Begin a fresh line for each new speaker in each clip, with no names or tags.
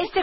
Este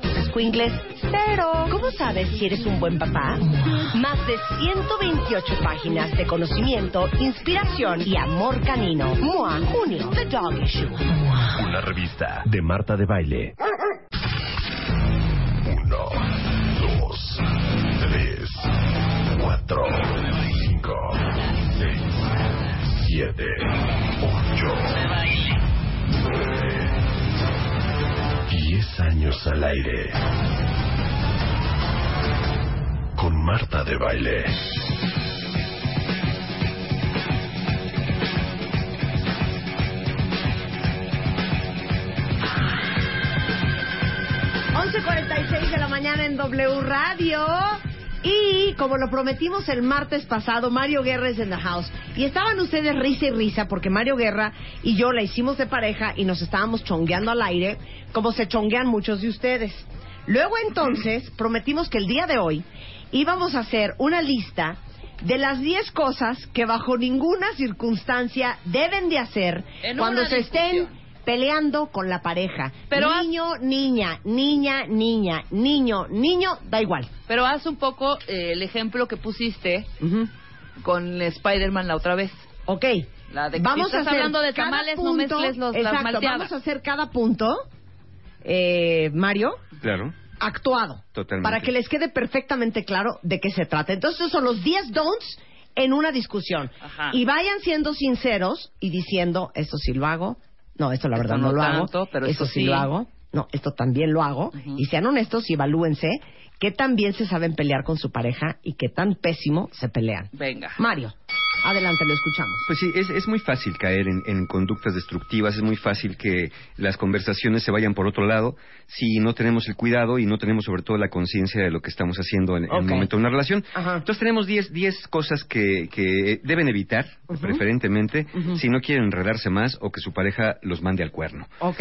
tus escuingles, cero. ¿Cómo sabes si eres un buen papá? Más de 128 páginas de conocimiento, inspiración y amor canino. MOA, junio, The Dog Issue.
Una revista de Marta de Baile. Uno, dos, tres, cuatro, cinco, seis, siete, ocho, nueve, diez años al aire. Con Marta de Baile.
seis de la mañana en W Radio. Y como lo prometimos el martes pasado, Mario Guerra es en the house. Y estaban ustedes risa y risa porque Mario Guerra y yo la hicimos de pareja y nos estábamos chongueando al aire, como se chonguean muchos de ustedes. Luego entonces prometimos que el día de hoy íbamos a hacer una lista de las 10 cosas que bajo ninguna circunstancia deben de hacer
En
cuando
una
se estén
discusión.
peleando con la pareja.
Pero haz-
niño, niña, niña, niña, niño, niño, da igual.
Pero haz un poco eh, el ejemplo que pusiste con Spider-Man la otra vez.
Ok.
La de que si estás hablando de
cada
tamales, no
punto-
mezcles los- las
exacto,
malteadas.
Vamos a hacer cada punto, eh, Mario,
Claro.
actuado.
Totalmente.
Para que les quede perfectamente claro de qué se trata. Entonces, esos son los 10 don'ts en una discusión.
Ajá.
Y vayan siendo sinceros y diciendo, esto sí lo hago. No, esto la
Esto
verdad
no
no, lo hago.
tanto, pero
esto
esto
sí
sí.
lo hago. No, esto también lo hago.
Ujú.
Y sean honestos y evalúense qué tan bien se saben pelear con su pareja y qué tan pésimo se pelean.
Venga.
Mario, adelante, lo escuchamos.
Pues sí, es, es muy fácil caer en, en conductas destructivas, es muy fácil que las conversaciones se vayan por otro lado si no tenemos el cuidado y no tenemos sobre todo la conciencia de lo que estamos haciendo en, en
Ok.
el momento de una relación.
Ajá.
Entonces tenemos 10 10 cosas que, que deben evitar,
Ujú.
preferentemente,
Ujú.
si no quieren enredarse más o que su pareja los mande al cuerno.
Ok.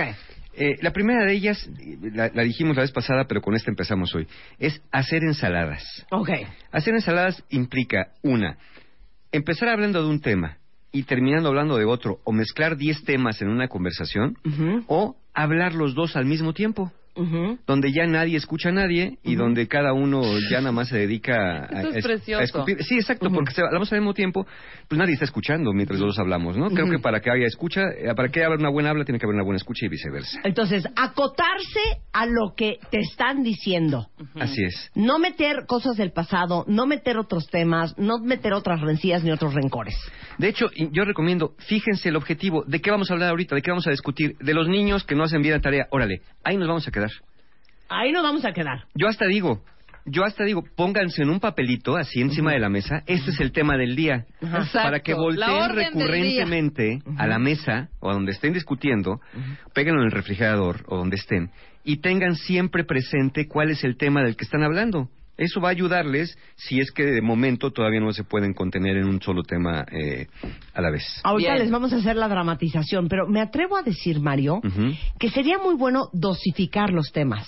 Eh, la primera de ellas, eh, la, la dijimos la vez pasada, pero con esta empezamos hoy, es hacer ensaladas.
Ok.
Hacer ensaladas implica, una, empezar hablando de un tema y terminando hablando de otro, o mezclar 10 temas en una conversación,
Ujú,
o hablar los dos al mismo tiempo,
ujú.
donde ya nadie escucha a nadie y
Ujú.
donde cada uno ya nada más se dedica a,
Esto es
a es-
precioso.
a escupir. Sí, exacto,
Ujú.
porque se hablamos al mismo tiempo, pues nadie está escuchando mientras los dos hablamos, ¿no? Creo
Ujú.
que para que haya escucha, eh, para que haya una buena habla, tiene que haber una buena escucha y viceversa.
Entonces, acotarse a lo que te están diciendo.
Así es.
No meter cosas del pasado, no meter otros temas, no meter otras rencillas ni otros rencores.
De hecho, y- yo recomiendo, fíjense el objetivo, ¿de qué vamos a hablar ahorita? ¿De qué vamos a discutir? De los niños que no hacen bien la tarea. Órale, ahí nos vamos a quedar.
Ahí nos vamos a quedar.
Yo hasta digo, yo hasta digo, pónganse en un papelito así encima de la mesa, este es el tema del día,
Ajá.
para
Exacto,
que
la
volteen
orden del
recurrentemente a la mesa o a donde estén discutiendo, péguenlo en el refrigerador o donde estén y tengan siempre presente cuál es el tema del que están hablando. Eso va a ayudarles si es que de momento todavía no se pueden contener en un solo tema eh, a la vez.
Ahorita
Bien.
les vamos a hacer la dramatización, pero me atrevo a decir, Mario,
Ujú.
que sería muy bueno dosificar los temas.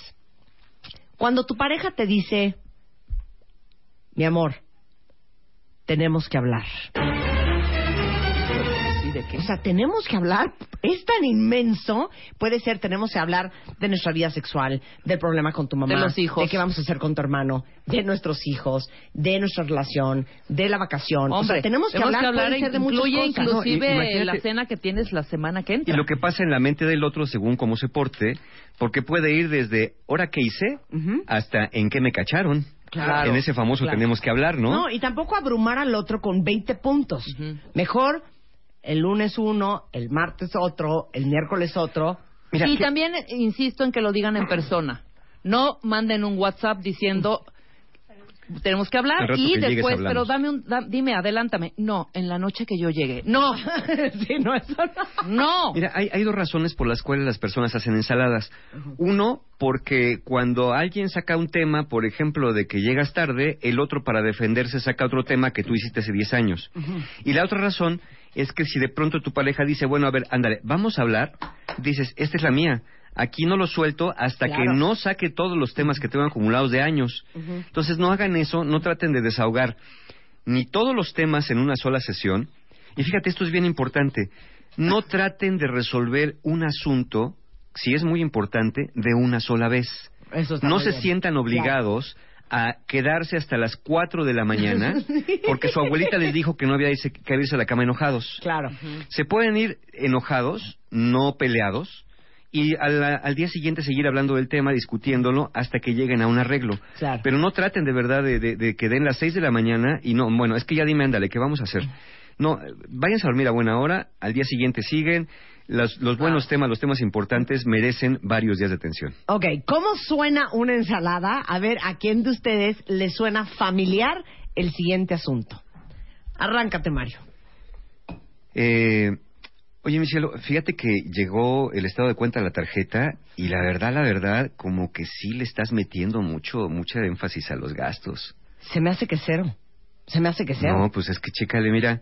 Cuando tu pareja te dice, mi amor, tenemos que hablar.
de qué?
O sea, tenemos que hablar, es tan inmenso, puede ser, tenemos que hablar de nuestra vida sexual, del problema con tu mamá,
De los hijos.
de qué vamos a hacer con tu hermano, de nuestros hijos, de nuestra relación, de la vacación. O sea,
Hombre,
tenemos que hablar, pueden ser de muchas
incluye
cosas.
incluso-
inclusive
No, i-
la
imagínate-
cena que tienes la semana que
Y
entra.
lo que pasa en la mente del otro según cómo se porte, porque puede ir desde hora que hice
Ujú.
hasta en qué me cacharon.
Claro.
En ese famoso
Claro.
tenemos que hablar, ¿no?
¿no? y tampoco abrumar al otro con 20 puntos.
Ujú.
Mejor el lunes uno, el martes otro, el miércoles otro.
Mira,
y
que-
también eh, insisto en que lo digan en persona. No manden un WhatsApp diciendo tenemos que
Al
hablar
rato
y
que llegues
después,
hablamos.
pero dame un, da- dime, adelántame. No, en la noche que yo llegue. No,
sí, no, eso no.
no.
Mira, hay, hay dos razones por las cuales las personas hacen ensaladas. Uno, porque cuando alguien saca un tema, por ejemplo, de que llegas tarde, el otro para defenderse saca otro tema que tú hiciste hace 10 años. Y la otra razón es que si de pronto tu pareja dice, bueno, a ver, ándale, vamos a hablar, dices, esta es la mía. Aquí no lo suelto hasta
Claro.
que no saque todos los temas que tengo acumulados de años. Entonces no hagan eso, no traten de desahogar ni todos los temas en una sola sesión. Y fíjate, esto es bien importante. No traten de resolver un asunto, si es muy importante, de una sola vez.
Eso está
No
muy
se
bien.
sientan obligados a quedarse hasta las 4 de la mañana porque su abuelita les dijo que no había irse- que irse a la cama enojados.
Claro.
Se pueden ir enojados, no peleados, y a la- al, día siguiente seguir hablando del tema, discutiéndolo, hasta que lleguen a un arreglo.
Claro.
Pero no traten de verdad de, de- de que den las seis de la mañana y no, bueno, es que ya dime, ándale, ¿qué vamos a hacer? No, eh, váyanse a dormir a buena hora, al día siguiente siguen. Las- los buenos temas, los temas importantes, merecen varios días de atención.
Ok, ¿cómo suena una ensalada? A ver, ¿a quién de ustedes le suena familiar el siguiente asunto? Arráncate, Mario.
Eh, oye, mi cielo, fíjate que llegó el estado de cuenta a la tarjeta y la verdad, la verdad, como que sí le estás metiendo mucho, mucha énfasis a los gastos.
Se me hace que cero. Se me hace que cero.
No, pues es que chécale, mira,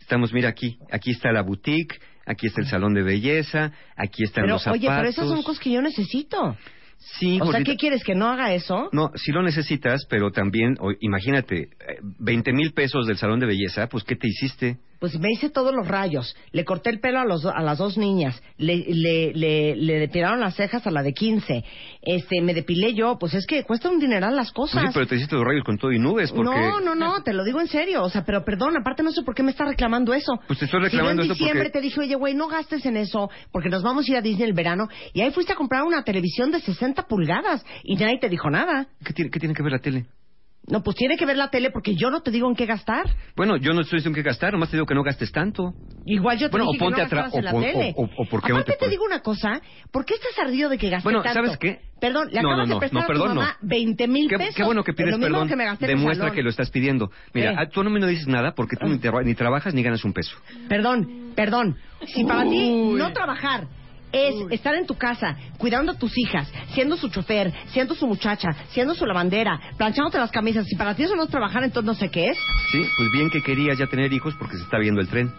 estamos, mira aquí, aquí está la boutique, aquí está el salón de belleza, aquí están
pero,
los zapatos.
oye, pero esas son cosas que yo necesito.
Sí,
o sea,
gordita.
¿qué quieres? ¿Que no haga eso?
No, si lo necesitas, pero también, o- imagínate, eh, veinte mil pesos del salón de belleza, pues ¿qué te hiciste?
Pues me hice todos los rayos. Le corté el pelo a, los, do- a las dos niñas. Le, le, le, le depilaron las cejas a la de 15. Este, me depilé yo. Pues es que cuesta un dineral las cosas.
Oye, pero te hiciste los rayos con todo y nubes, porque...
No, no, no, te lo digo en serio. O sea, pero perdón, aparte no sé por qué me estás reclamando eso.
Pues te estoy reclamando
si yo en
eso
diciembre
porque-
te dije, oye, güey, no gastes en eso, porque nos vamos a ir a Disney el verano. Y ahí fuiste a comprar una televisión de 60 pulgadas y nadie te dijo nada.
¿Qué tiene, qué tiene que ver la tele?
No, pues tiene que ver la tele porque yo no te digo en qué gastar.
Bueno, yo no estoy diciendo que gastar, nomás te digo que no gastes tanto.
Igual yo te
Bueno,
dije
o ponte
que no
atrás,
gastaras en la
o pon-
tele.
o- o- o por qué no
Aparte
te
te
puedes-
digo una cosa, ¿por qué estás ardido de que gasté
Bueno,
tanto?
¿sabes qué?
Perdón, le
No,
acabas
no,
de
no,
prestar
no,
a tu
perdón, no.
mamá 20 mil
Qué,
pesos.
qué bueno que
de
pides
lo mismo
perdón.
que me gasté Eh. en el
Demuestra
salón.
que lo estás pidiendo. Mira,
Sí.
ah, tú no me no dices nada porque tú ni, te- ni trabajas ni ganas un peso.
Perdón, perdón. Si para ti no trabajar es estar en tu casa, cuidando a tus hijas, siendo su chofer, siendo su muchacha, siendo su lavandera, planchándote las camisas, si para ti eso no es trabajar, entonces no sé qué es.
Sí, pues bien que querías ya tener hijos porque se está viendo el tren.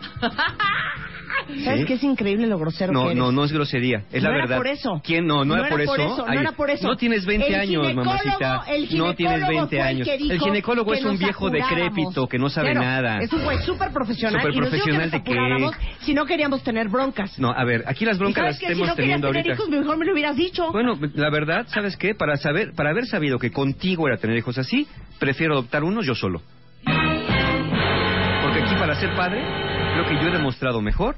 ¿Sabes
Sí.
qué es increíble lo grosero
No,
que eres?
no, no es grosería, es
No
la
era
verdad.
por eso.
¿Quién no? No,
No
era, por eso.
no
Ay,
era por eso.
No tienes 20
El
años,
ginecólogo-
mamacita.
el
no tienes
ginecólogo
20
fue el
años.
que dijo
ginecólogo
que
es un
nos
viejo
apuráramos.
decrépito que no sabe
Claro,
nada.
Es un güey súper profesional.
Superprofesional
y nos dijo que
de
nos
qué.
apuráramos si no queríamos tener broncas.
No, a ver, aquí las
¿Y
broncas
sabes
las
qué? Si
estemos
no querías
teniendo
tener
ahorita.
hijos, mejor me lo hubieras dicho.
Bueno, la verdad, ¿sabes qué? Para saber, para haber sabido que contigo era tener hijos así, prefiero adoptar uno yo solo. Porque aquí para ser padre, creo que yo he demostrado mejor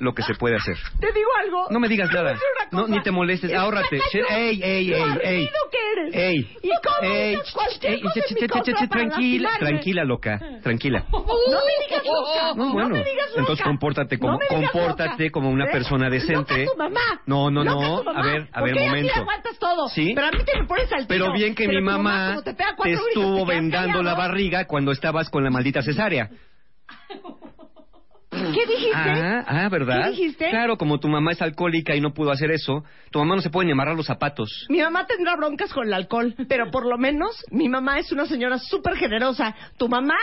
lo que se puede hacer.
Te digo algo.
No me digas
Te voy a
nada.
decir una cosa.
No, ni te molestes.
Es
Ahórrate.
una
Sí,
cañón.
ey, ey,
Lo
ey,
ardido
ey.
que eres.
Ey.
Y cómo
Ey,
dices cualquier
ey,
cosa
che,
en
che,
mi
che, che,
contra
che,
para ¿eh?
tranquila,
lastimarme.
tranquila, loca, tranquila.
No me digas loca.
No,
No
bueno.
me digas loca.
Entonces compórtate como
No me digas
compórtate
loca.
como una
¿Eh?
persona decente.
Loca tu mamá.
No, no,
Loca
no.
tu mamá.
A ver, a ver,
Porque ella sí
momento.
aguantas todo.
Sí.
Pero a mí te me pones al
Pero
tiro.
bien que
Pero
mi
tu
mamá
como
te,
te, pega cuatro gritos,
estuvo
te quedas
vendando la
callado.
barriga cuando estabas con la maldita cesárea.
¿Qué dijiste?
Ah, ah, ¿verdad?
¿Qué dijiste?
Claro, como tu mamá es alcohólica y no pudo hacer eso, tu mamá no se puede ni amarrar los zapatos.
Mi mamá tendrá broncas con el alcohol, pero por lo menos mi mamá es una señora súper generosa. Tu mamá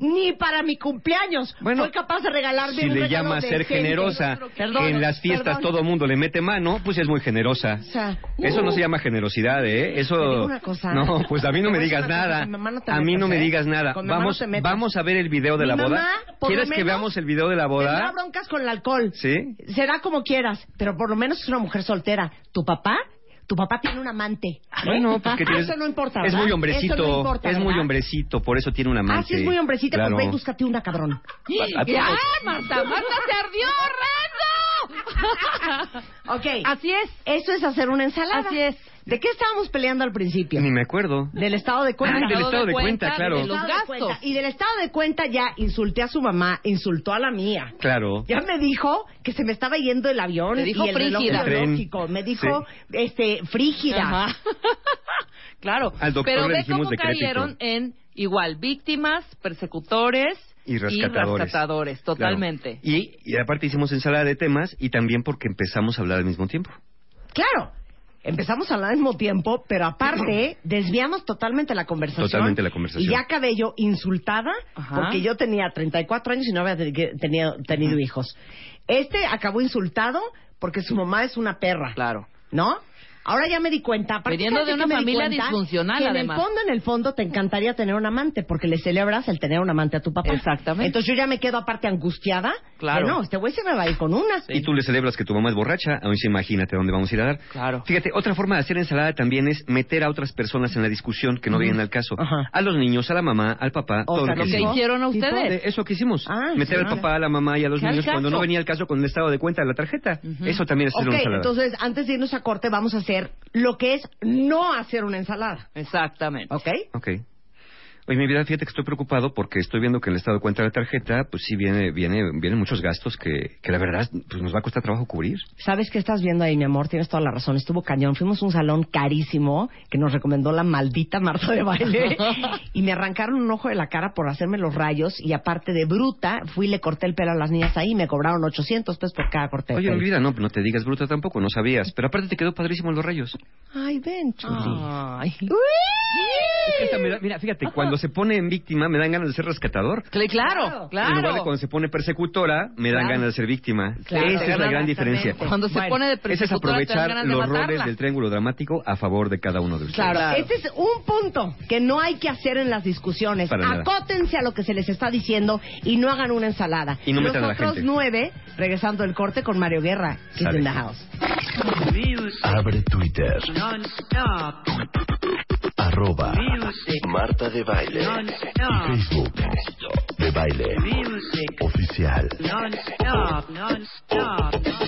ni para mi cumpleaños
Bueno,
fue capaz de regalarme
Si
un
le
regalo
llama a ser
decente.
generosa,
Perdón,
que en las fiestas
perdón.
todo mundo le mete mano, pues es muy generosa.
O sea,
Eso no
uh.
se llama generosidad, ¿eh? Eso...
Te digo una cosa.
No, pues a mí no
Te voy
me
a decir
digas
una cosa,
nada.
con mi mamá no te
a mí
metas,
no me
¿eh?
digas nada.
Con mi mamá no
Vamos,
te metas.
vamos a ver el video de
Mi
la boda.
mamá, por lo
¿Quieres que
menos,
veamos el video de la
uh, Tendrá
boda?
broncas con el alcohol.
Sí.
Será como quieras, pero por lo menos es una mujer soltera. ¿Tu papá? Tu papá tiene un amante. ¿eh?
Bueno, pues que tienes-
Eso no importa,
Es
¿verdad?
muy
Eso
hombrecito,
no importa,
es muy
¿verdad?
hombrecito, por eso tiene una amante.
Ah, sí, es muy hombrecita,
Claro.
pues ve y búscate una, cabrón.
A- a todos.
¡Ya, ¡Ah, Marta! ¡Marta se ardió, Renzo!
Ok.
Así es.
Eso es hacer una ensalada.
Así es.
¿De qué estábamos peleando al principio?
Ni me acuerdo.
Del estado de cuenta.
Ah, del estado de cuenta, claro.
De los
Estado de
gastos.
cuenta. Y del estado de cuenta ya insulté a su mamá, insultó a la mía.
Claro.
Ya me dijo que se me estaba yendo el avión
Te dijo
y el reloj
frígida.
El tren.
biológico. Me dijo, este, frígida.
Ajá. claro.
Al doctor
Pero
le
ve
dijimos
cómo
decrépito.
cayeron en igual víctimas, persecutores
Y rescatadores.
rescatadores,
Claro.
totalmente.
Y, y aparte hicimos ensalada de temas y también porque empezamos a hablar al mismo tiempo.
Claro. Empezamos al mismo tiempo, pero aparte desviamos totalmente la conversación.
Totalmente la conversación.
Y ya acabé yo insultada
Ajá.
porque yo tenía 34 años y no había te- tenido, tenido hijos. Este acabó insultado porque su mamá es una perra.
Claro.
¿No? Ahora ya me di cuenta. aparte,
Viniendo
¿sabes
de
qué
una
me di
familia
cuenta?
disfuncional,
Que
además.
En el fondo, en el fondo, te encantaría tener un amante porque le celebras el tener un amante a tu papá.
Exactamente.
Entonces yo ya me quedo aparte angustiada.
Claro.
de, no, este güey se me va a ir con una.
Y tú le celebras que tu mamá es borracha, aún sí imagínate dónde vamos a ir a dar.
Claro.
Fíjate, otra forma de hacer ensalada también es meter a otras personas en la discusión que no vienen al caso.
Ajá.
A los niños, a la mamá, al papá,
O
todo
sea,
lo que
lo que
hicimos.
hicieron a
Tipo,
ustedes.
Eh, Eso que hicimos,
Ah,
meter
sí,
al
vale.
papá, a la mamá y a los
¿Qué al
niños cuando
caso?
no venía el caso con el estado de cuenta de la tarjeta.
Ujú.
Eso también es hacer
Ok,
una ensalada.
entonces antes de irnos a corte vamos a hacer lo que es no hacer una ensalada.
Exactamente.
¿Ok?
Ok. Oye, mi vida, fíjate que estoy preocupado porque estoy viendo que en el estado de cuenta de la tarjeta, pues sí viene, viene, vienen muchos gastos que, que la verdad pues nos va a costar trabajo cubrir.
¿Sabes qué estás viendo ahí, mi amor? Tienes toda la razón. Estuvo cañón. Fuimos a un salón carísimo que nos recomendó la maldita Marta de baile. y me arrancaron un ojo de la cara por hacerme los rayos. Y aparte de bruta, fui y le corté el pelo a las niñas ahí. Y me cobraron 800 pesos por cada corte. de
Oye, mi
pelo.
vida, no, no te digas bruta tampoco, no sabías. Pero aparte te quedó padrísimo los rayos.
Ay, ven, Chuli.
Ay.
Es que esta me da- mira, fíjate, cuando se pone en víctima me dan ganas de ser rescatador.
Cl- Claro,
Claro.
En lugar de
claro.
cuando se pone persecutora, me dan
Claro.
ganas de ser víctima.
Claro.
Esa es la gran
Exactamente.
diferencia.
Cuando se
Bueno,
pone de
Ese es
persecutora, te dan
aprovechar
ganas de
los
matarla.
roles del triángulo dramático a favor de cada uno de ustedes.
Claro. Este es un punto que no hay que hacer en las discusiones.
Para nada.
Acótense a lo que se les está diciendo y no hagan una ensalada.
Y no
Los
metan a la
otros
gente.
nueve, regresando el corte con Mario Guerra, que es
Sale.
in the house.
Abre Twitter. Arroba Marta de Baile. Facebook de Baile. Oficial.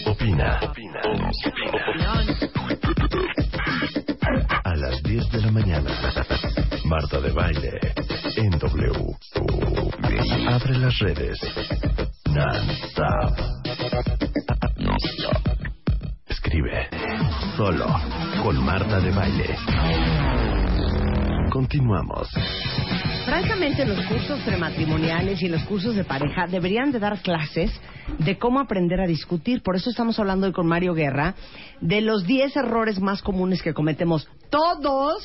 Opina. A las 10 de la mañana. Marta de Baile. En W. Abre las redes. Non-stop. Escribe. Solo. Con Marta de Baile. Continuamos.
Francamente, los cursos prematrimoniales y los cursos de pareja deberían de dar clases de cómo aprender a discutir. Por eso estamos hablando hoy con Mario Guerra de los 10 errores más comunes que cometemos todos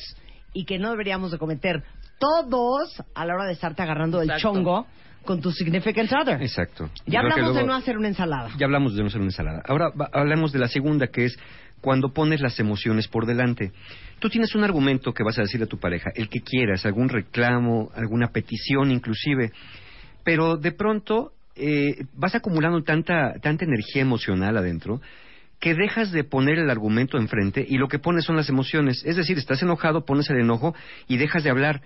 y que no deberíamos de cometer todos a la hora de estarte agarrando el
Exacto.
chongo con tu significant other.
Exacto.
Ya
Yo creo que
hablamos de
luego-
no hacer una ensalada.
Ya hablamos de no ser una ensalada. Ahora va- hablamos de la segunda, que es cuando pones las emociones por delante. Tú tienes un argumento que vas a decir a tu pareja, el que quieras, algún reclamo, alguna petición inclusive, pero de pronto eh, vas acumulando tanta, tanta energía emocional adentro que dejas de poner el argumento enfrente y lo que pones son las emociones. Es decir, estás enojado, pones el enojo y dejas de hablar.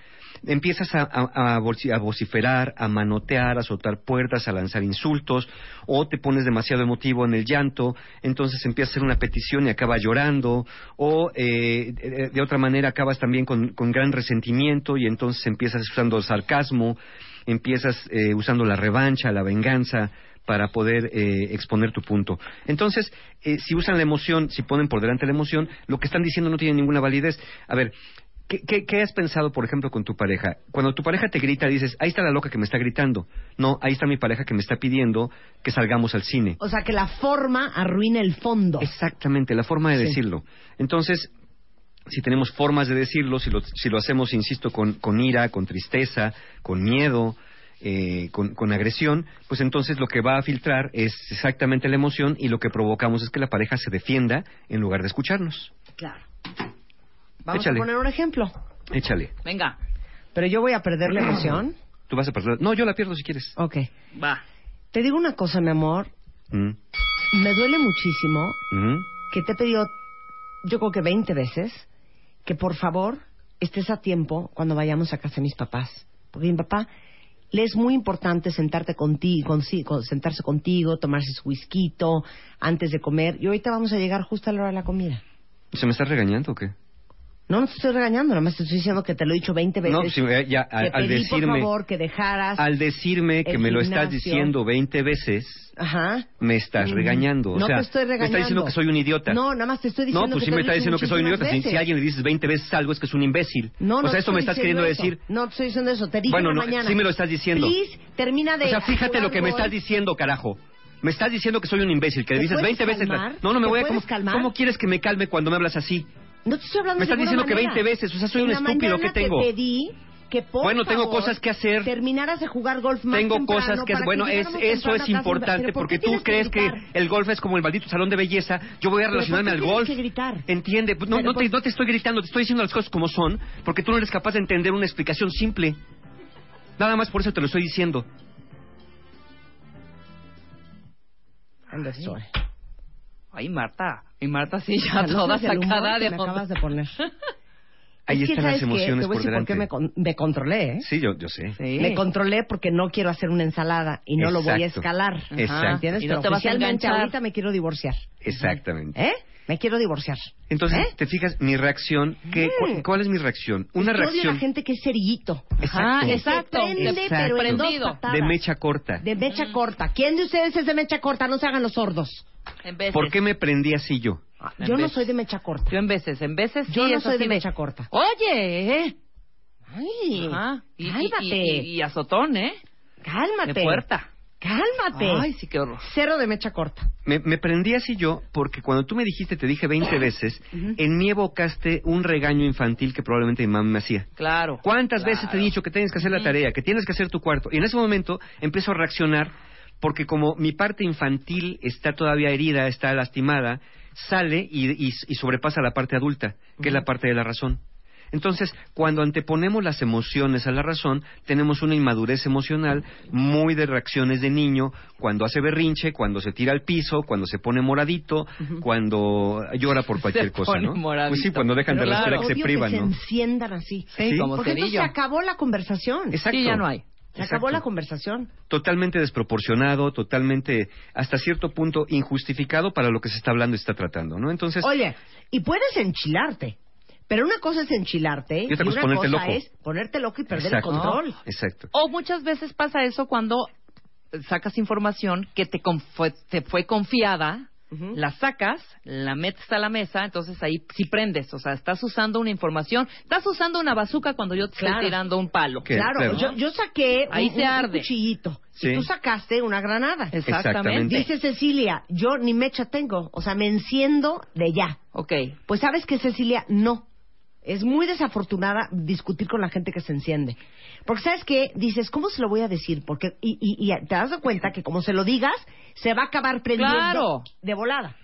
Empiezas a, a- a voci- a vociferar, a manotear, a soltar puertas, a lanzar insultos, o te pones demasiado emotivo en el llanto, entonces empiezas a hacer una petición y acabas llorando, o eh, eh, de otra manera acabas también con, con gran resentimiento y entonces empiezas usando sarcasmo, empiezas eh, usando la revancha, la venganza, para poder eh, exponer tu punto. Entonces, eh, si usan la emoción, si ponen por delante la emoción, lo que están diciendo no tiene ninguna validez. A ver, ¿qué, qué, qué has pensado, por ejemplo, con tu pareja? Cuando tu pareja te grita, dices, ahí está la loca que me está gritando. No, ahí está mi pareja que me está pidiendo que salgamos al cine.
O sea, que la forma arruina el fondo.
Exactamente, la forma de
Sí.
decirlo. Entonces, si tenemos formas de decirlo, si lo, si lo hacemos, insisto, con, con ira, con tristeza, con miedo, eh, con, con agresión, pues entonces lo que va a filtrar es exactamente la emoción y lo que provocamos es que la pareja se defienda en lugar de escucharnos.
Claro. Vamos
Échale.
a poner un ejemplo.
Échale.
Venga,
Pero yo voy a perder la emoción.
Tú vas a perder. No, yo la pierdo si quieres.
Ok.
va.
Te digo una cosa, mi amor.
Mm,
Me duele muchísimo
mm.
que te he pedido, yo creo que 20 veces, que por favor estés a tiempo cuando vayamos a casa de mis papás. Porque mi papá le es muy importante sentarte contigo, consi- con- sentarse contigo, tomarse su whisky antes de comer. Y ahorita vamos a llegar justo a la hora de la comida.
¿Se me está regañando o qué?
No, no te estoy regañando, nomás te estoy diciendo que te lo he dicho 20 veces.
No, sí, eh, ya,
Te
al, al
pedí, por
decirme,
favor, que dejaras...
al decirme que
el
me lo estás
gimnasio.
diciendo 20 veces,
Ajá.
me estás
Mm.
regañando. O
No
sea,
te estoy
Me
regañando.
está diciendo que soy un idiota.
No, nada más te estoy diciendo
No, pues
que te
sí me
lo
está
he dicho
diciendo que soy un idiota.
muchísimas
Si,
veces.
si alguien le dices 20 veces algo es que es un imbécil.
No, no
o sea,
te
eso me
estoy
estás queriendo
diciendo
decir.
eso. No, te estoy diciendo eso. Te dije
Bueno,
en la
no,
mañana.
sí me lo estás diciendo.
Please, termina de.
O sea, fíjate lo que me estás
diciendo.
diciendo, carajo. Me estás diciendo que soy un imbécil,
¿Te
que le dices
puedes
20 veces... la-
calmar?
No, no me
¿Te
voy a...
puedes
¿cómo,
calmar?
¿Cómo quieres que me calme cuando me hablas así?
No te estoy hablando
Me
de
estás
ninguna
diciendo que
manera.
20 veces, o sea, soy
En
un
la
estúpido,
mañana
¿qué tengo?
Te pedí que por
Bueno, tengo
favor,
cosas que hacer.
Terminaras de jugar golf más
Tengo
temprano
cosas que
para
bueno es
llegáramos
eso
temprano a
es
casa.
importante
Pero ¿por
porque
qué
tú
tienes
crees que,
gritar?
el golf es como el maldito salón de belleza. Yo voy a
¿Pero
relacionarme
por
al
qué tienes
golf.
que gritar?
Entiende, pues, no,
Pero
no te,
por-
no te estoy gritando, te estoy diciendo las cosas como son porque tú no eres capaz de entender una explicación simple. Nada más por eso te lo estoy diciendo.
Anderson.
Ay, Marta. Y Marta sí
O sea,
ya
no
toda
sabes el humor
sacada
que
de
me
onda.
acabas de poner.
Ahí
Es que,
están
¿sabes
las
qué?
emociones
Te voy a
por
decir por
delante.
qué me, con- me controlé, ¿eh?
Sí, yo, yo sé.
Sí.
Me controlé porque no quiero hacer una ensalada y no lo voy a
Exacto.
escalar.
Exacto.
Ajá.
¿Entiendes?
Y no
Pero
te vas a
oficialmente
enganchar.
ahorita me quiero divorciar.
Exactamente.
¿Eh? Me quiero divorciar.
Entonces,
¿Eh?
¿te fijas mi reacción? ¿Qué,
Mm.
cu- ¿Cuál es mi reacción? Una
Yo odio a
reacción
la gente que es cerillito.
Ajá,
Exacto.
exacto.
Se prende,
Exacto.
pero en dos
Prendido.
patadas.
de mecha corta.
De mecha corta. ¿Quién de ustedes es de mecha corta? No se hagan los sordos.
En veces.
¿Por qué me prendí así yo?
Ah,
En
Yo no
vez.
soy de mecha corta.
Yo en veces, en veces
Yo
sí
no
es
soy
así
de mecha corta.
Oye, eh.
Ay,
Ajá. Y, y-
cálmate.
Y, y azotón, eh.
cálmate.
De puerta.
Cálmate.
Ay, sí, qué horror.
Cero de mecha corta.
Me, me prendí así yo porque cuando tú me dijiste, te dije 20 veces, en mí evocaste un regaño infantil que probablemente mi mamá me hacía.
Claro.
¿Cuántas
claro.
veces te he dicho que tienes que hacer la
Ujú.
tarea, que tienes que hacer tu cuarto? Y en ese momento empiezo a reaccionar porque como mi parte infantil está todavía herida, está lastimada, sale y, y- y sobrepasa la parte adulta, que es la parte de la razón. Entonces, cuando anteponemos las emociones a la razón, tenemos una inmadurez emocional muy de reacciones de niño, cuando hace berrinche, cuando se tira al piso, cuando se pone moradito, cuando llora por cualquier cosa,
pone
¿no? Pues sí,
moradito.
cuando dejan de
Pero
la
claro,
escuela que se
Odio
privan,
que
¿no?
se enciendan así.
Sí,
Sí.
como
Porque entonces se
cerillo.
acabó la conversación.
Exacto.
Sí, ya no hay.
Se acabó
Exacto.
la conversación.
totalmente desproporcionado, totalmente hasta cierto punto injustificado para lo que se está hablando y se está tratando, ¿no? Entonces,
Oye, y puedes enchilarte. Pero una cosa es enchilarte
Y otra cosa
una
es ponerte
cosa
loco.
es ponerte loco y perder
exacto,
el control.
Exacto.
O muchas veces pasa eso cuando sacas información que te, con- fue, te fue confiada,
Ujú.
la sacas, la metes a la mesa, entonces ahí sí prendes. O sea, estás usando una información, estás usando una bazuca cuando yo te
Claro.
estoy tirando un palo.
Que-
claro,
claro.
Yo, yo saqué
Ahí
un,
se
un
arde.
cuchillito y
Sí.
tú sacaste una granada.
Exactamente.
Exactamente.
Dice Cecilia, yo ni mecha tengo, o sea, me enciendo de ya.
Ok.
Pues sabes que Cecilia, no. Es muy desafortunada discutir con la gente que se enciende. Porque sabes que dices, ¿cómo se lo voy a decir? Porque y, y- y te das cuenta que como se lo digas, se va a acabar prendiendo
Claro.
de volada.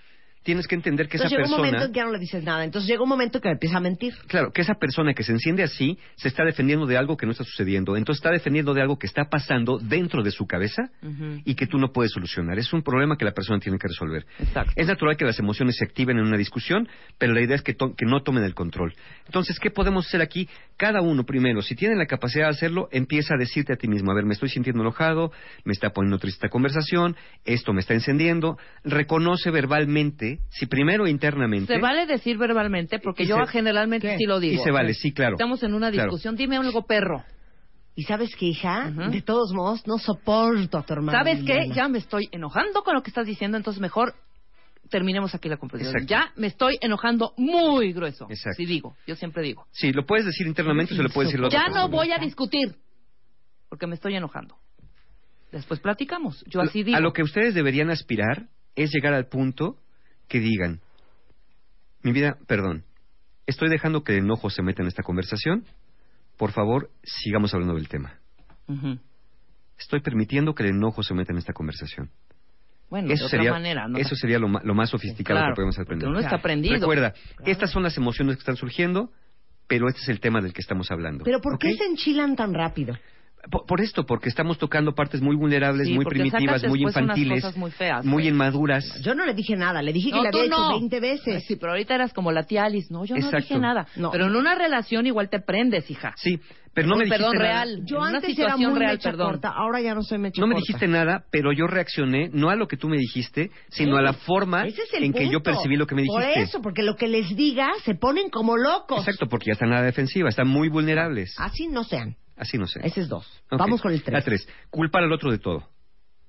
Tienes que entender que
Entonces
esa
llega un
persona,
momento en que ya no le dices nada. Entonces llega un momento que me empieza a mentir.
claro, que esa persona que se enciende así se está defendiendo de algo que no está sucediendo, entonces está defendiendo de algo que está pasando dentro de su cabeza
Ujú.
y que tú no puedes solucionar. Es un problema que la persona tiene que resolver.
Exacto.
Es natural que las emociones se activen en una discusión, pero la idea es que, to- que no tomen el control. Entonces, ¿qué podemos hacer aquí? Cada uno primero, si tiene la capacidad de hacerlo, empieza a decirte a ti mismo, a ver, me estoy sintiendo enojado, me está poniendo triste esta conversación, esto me está encendiendo. Reconoce verbalmente, si primero internamente...
Se vale decir verbalmente, porque
Y
yo
se-
generalmente
¿Qué?
sí lo digo.
Y se vale, sí, claro.
Estamos en una
Claro.
discusión, dime algo perro.
Y sabes que, hija,
Ujú.
de todos modos, no soporto a tu hermano.
¿Sabes qué?
Liliana.
Ya me estoy enojando con lo que estás diciendo, entonces mejor terminemos aquí la conversación.
Exacto.
Ya me estoy enojando muy grueso.
Exacto.
Sí digo, yo siempre digo.
Sí, lo puedes decir internamente o se lo puedes decir a la otra
Ya no
persona.
voy a discutir porque me estoy enojando. Después platicamos. Yo así
A
digo.
lo que ustedes deberían aspirar es llegar al punto que digan, mi vida, perdón, estoy dejando que el enojo se meta en esta conversación, por favor, sigamos hablando del tema.
Ujú.
estoy permitiendo que el enojo se meta en esta conversación.
Bueno,
Eso
de otra
sería,
manera, ¿no?
eso sería lo, ma- lo más sofisticado
Claro,
que podemos
porque
aprender.
uno está aprendido.
Recuerda, estas son las emociones que están surgiendo, pero este es el tema del que estamos hablando.
Pero ¿por qué
¿ok?
se enchilan tan rápido?
Por, por esto, porque estamos tocando partes muy vulnerables,
Sí,
muy
porque
primitivas,
sacas
muy
después unas
infantiles,
cosas muy feas, pues.
muy
sí.
inmaduras.
Yo no le dije nada, le dije que
No,
le
tú
había hecho
no. Pues
20 veces.
Sí, pero ahorita eras como la tía Alice. No, yo no
Exacto.
dije nada.
No.
Pero en una relación igual te prendes, hija.
Sí, pero no me
Uy,
dijiste
perdón,
nada.
real.
Yo
en una
antes era
situación
muy
real,
mecha
perdón.
corta, ahora ya no soy mecha
No me
corta.
dijiste nada, pero yo reaccioné no a lo que tú me dijiste, sino a la forma
Ese es el
en que yo
punto.
percibí lo que me dijiste.
Por eso, porque lo que les diga se ponen como locos.
Exacto, porque ya están a la defensiva, están muy vulnerables.
Así no sean.
Así no sé.
Ah, Ese es dos.
Ok.
Vamos con el tres.
La tres. Culpar al otro de todo.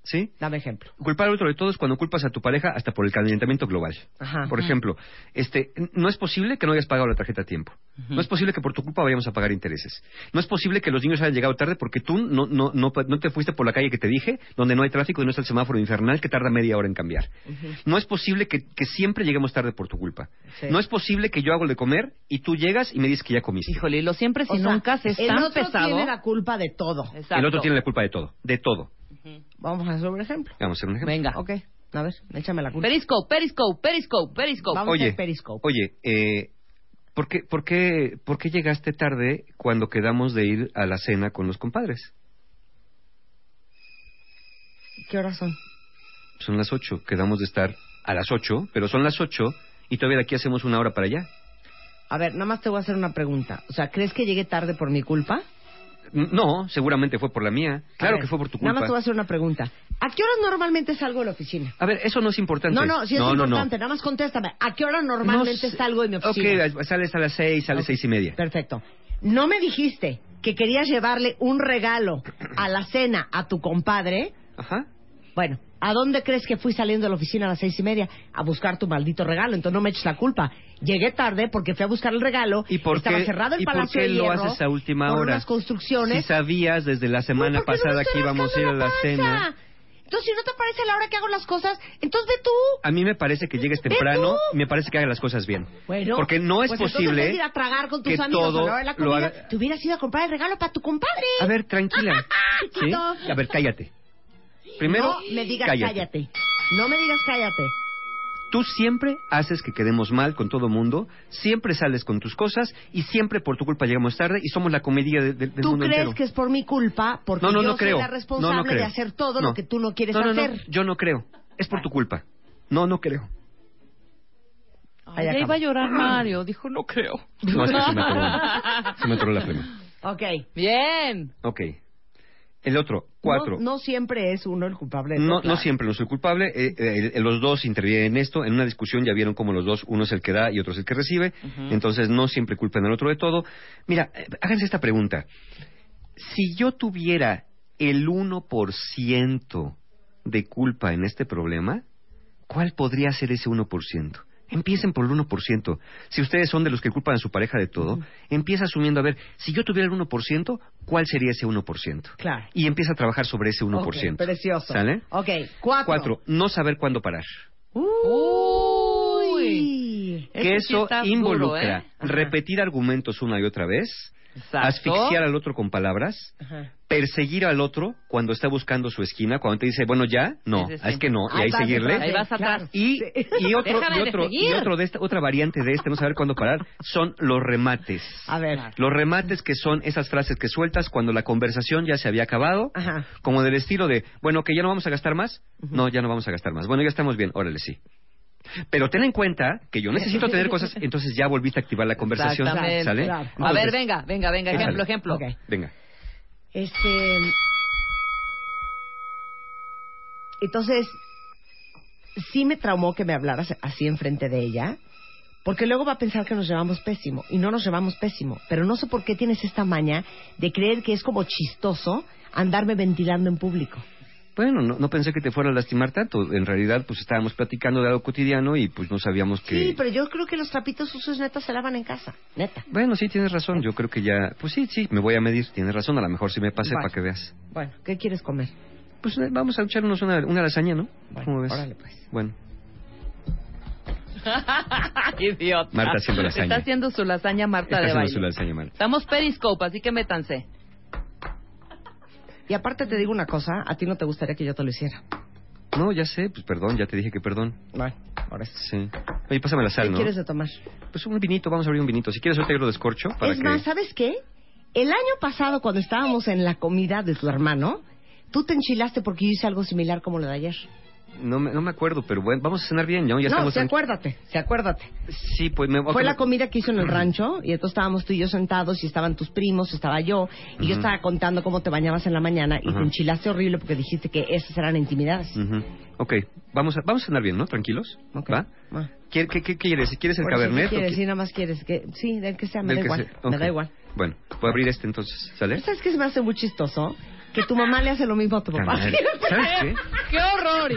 ¿Sí?
Dame ejemplo.
Culpar al otro de todo es cuando culpas a tu pareja hasta por el calentamiento global.
Ajá.
Por ejemplo, este, n- no es posible que no hayas pagado la tarjeta a tiempo. No es posible que por tu culpa vayamos a pagar intereses. No es posible que los niños hayan llegado tarde porque tú no, no, no, pa- no te fuiste por la calle que te dije, donde no hay tráfico y no está el semáforo infernal que tarda media hora en cambiar. No es posible que, que siempre lleguemos tarde por tu culpa.
Sí.
No es posible que yo hago de comer y tú llegas y me dices que ya comiste.
Híjole, y lo siempre si
O sea,
nunca se es
el
tan
otro
pesado.
tiene la culpa de todo.
Exacto.
El otro tiene la culpa de todo. De todo.
Vamos a hacer un ejemplo.
Vamos a hacer un ejemplo.
Venga.
Ok, a ver, échame la culpa.
Periscope, Periscope, Periscope, Periscope.
Vamos.
oye,
al Periscope.
Oye, eh, ¿por, qué, por, qué, ¿por qué llegaste tarde cuando quedamos de ir a la cena con los compadres?
¿Qué horas son?
Son las ocho. Quedamos de estar a las ocho, pero son las ocho y todavía de aquí hacemos una hora para allá.
A ver, nada más te voy a hacer una pregunta. O sea, ¿crees que llegué tarde por mi culpa?
N- No, seguramente fue por la mía. Claro
A ver,
que fue por tu
Nada
culpa.
más te voy a hacer una pregunta. ¿A qué horas normalmente salgo de la oficina?
A ver, eso no es importante.
No, no, sí es
no, no, no.
importante. Nada más contéstame. ¿A qué hora normalmente
No sé.
salgo de mi oficina?
Ok, sales a las seis, a las
Ok.
seis y media.
Perfecto. No me dijiste que querías llevarle un regalo a la cena a tu compadre.
Ajá.
Bueno, ¿a dónde crees que fui saliendo de la oficina a las seis y media? A buscar tu maldito regalo. Entonces no me eches la culpa. Llegué tarde porque fui a buscar el regalo.
¿Y por
Estaba
qué,
cerrado el
¿y por
Palacio
qué
de
lo
Hierro
haces a última
por
hora?
unas construcciones.
Si sabías desde la semana
Pues, ¿por qué no
pasada
me estoy
que íbamos a ir a
rascando
la cena.
panza? Entonces, si no te parece la hora que hago las cosas, entonces ve tú.
A mí me parece que llegues
Ve
temprano,
tú.
me parece que hagas las cosas bien.
Bueno,
Porque no es
pues entonces
posible
vas a ir a tragar con tus
que
amigos
todo
a la hora de la
lo
comida.
haga-
Te hubieras ido a comprar el regalo para tu compadre.
A ver, tranquila. ¿Sí?
Chiquito.
A ver, cállate. Primero,
no me digas cállate. No me digas cállate.
Tú siempre haces que quedemos mal con todo mundo, siempre sales con tus cosas y siempre por tu culpa llegamos tarde y somos la comedia de- de- del
¿Tú
mundo
crees
entero.
que es por mi culpa? Porque
no, no,
yo
no
soy
creo.
la
no,
responsable
no creo.
de hacer todo
No.
lo que tú no quieres
No, no, no,
hacer.
yo no creo. Es por tu culpa. No, no creo.
Ay, ya iba a llorar Mario. Dijo, no creo.
No, es que se me atoró. Se me atoró la pluma.
Ok.
Bien.
Ok. El otro, cuatro.
No, no siempre es uno el culpable. de
No,
todo,
no
claro.
siempre, no soy culpable. eh, eh, el- los dos intervienen en esto. En una discusión ya vieron cómo los dos, uno es el que da y otro es el que recibe. Entonces no siempre culpen al otro de todo. Mira, eh, háganse esta pregunta. Si yo tuviera el 1% de culpa en este problema, ¿cuál podría ser ese 1%? Empiecen por el 1%. Si ustedes son de los que culpan a su pareja de todo, empieza asumiendo, a ver, si yo tuviera el 1%, ¿cuál sería ese 1%?
Claro.
Y empieza a trabajar sobre ese 1%.
Ok, precioso.
¿Sale?
Ok, cuatro.
Cuatro, no saber cuándo parar.
Uy.
Uy.
Ese
que
sí
eso
está duro,
involucra
¿eh? Ajá.
repetir argumentos una y otra vez,
Exacto.
asfixiar al otro con palabras,
Ajá.
perseguir al otro cuando está buscando su esquina, cuando te dice, bueno, ya, no,
Sí, Ah, sí, sí.
es que no, y
Ahí
ahí
vas
seguirle.
otra vez.
Ahí vas atrás.
Y, y otro,
Déjame
y
de
otro,
seguir.
y otro de esta- otra variante de este, no saber cuándo parar, son los remates.
A ver.
Los remates que son esas frases que sueltas cuando la conversación ya se había acabado,
Ajá.
como del estilo de, bueno, que ya no vamos a gastar más. No, ya no vamos a gastar más. Bueno, ya estamos bien, órale, sí. Pero ten en cuenta que yo necesito tener cosas, entonces ya volviste a activar la conversación.
Exactamente.
¿Sale?
Claro.
A ver,
Entonces,
venga, venga, venga. Ejemplo,
Ándale.
ejemplo.
Ok.
Venga.
Este. Entonces, sí me traumó que me hablaras así enfrente de ella, porque luego va a pensar que nos llevamos pésimo, y no nos llevamos pésimo, pero no sé por qué tienes esta maña de creer que es como chistoso andarme ventilando en público.
Bueno, no, no pensé que te fuera a lastimar tanto. En realidad, pues estábamos platicando de algo cotidiano y pues no sabíamos que...
Sí, pero yo creo que los trapitos sucios netos se lavan en casa, neta.
Bueno, sí, tienes razón. Yo creo que ya... Pues sí, sí, me voy a medir. Tienes razón. A lo mejor sí me pase
Vale.
para que veas.
Bueno, ¿qué quieres comer?
Pues eh, vamos a echarnos una, una lasaña, ¿no?
Bueno,
¿Cómo ves?
órale, pues.
Bueno,
Idiota.
Marta haciendo lasaña.
Está haciendo su lasaña Marta
está
de
haciendo
baile.
su lasaña mal.
Estamos Periscope, así que métanse.
Y aparte te digo una cosa, a ti no te gustaría que yo te lo hiciera.
No, ya sé, pues perdón, ya te dije que perdón.
Bueno, ahora sí.
Sí. Oye, pásame la sal,
¿Qué
¿no?
quieres de tomar?
Pues un vinito, vamos a abrir un vinito. Si quieres, ahorita yo lo descorcho para
es
que...
más, ¿sabes qué? El año pasado, cuando estábamos en la comida de tu hermano, tú te enchilaste porque yo hice algo similar como lo de ayer.
No me, no me acuerdo, pero bueno, vamos a cenar bien, ¿no? Ya
no,
estamos
sí,
en-
acuérdate, sí, acuérdate.
Sí, pues me...
Fue la comida que hizo en el rancho y entonces estábamos tú y yo sentados y estaban tus primos, estaba yo y yo
Ujú.
estaba contando cómo te bañabas en la mañana y
Ajá.
te enchilaste horrible porque dijiste que esas eran intimidades.
Ujú. Ok, vamos a, vamos a cenar bien, ¿no? Tranquilos.
Ok.
¿Va?
Va.
¿Qué, qué, qué quieres? ¿Quieres el
Por eso, ¿qué
cabernet? o
quieres?
qué-
Sí, nada más quieres que sí, del que sea, me
del
da
que
igual,
sea?
me
Ok.
da igual.
Bueno, voy a abrir este entonces, ¿sale?
¿Sabes qué se me hace muy chistoso? Que tu mamá le hace lo mismo a tu papá.
¿Sabes qué?
¡Qué horror!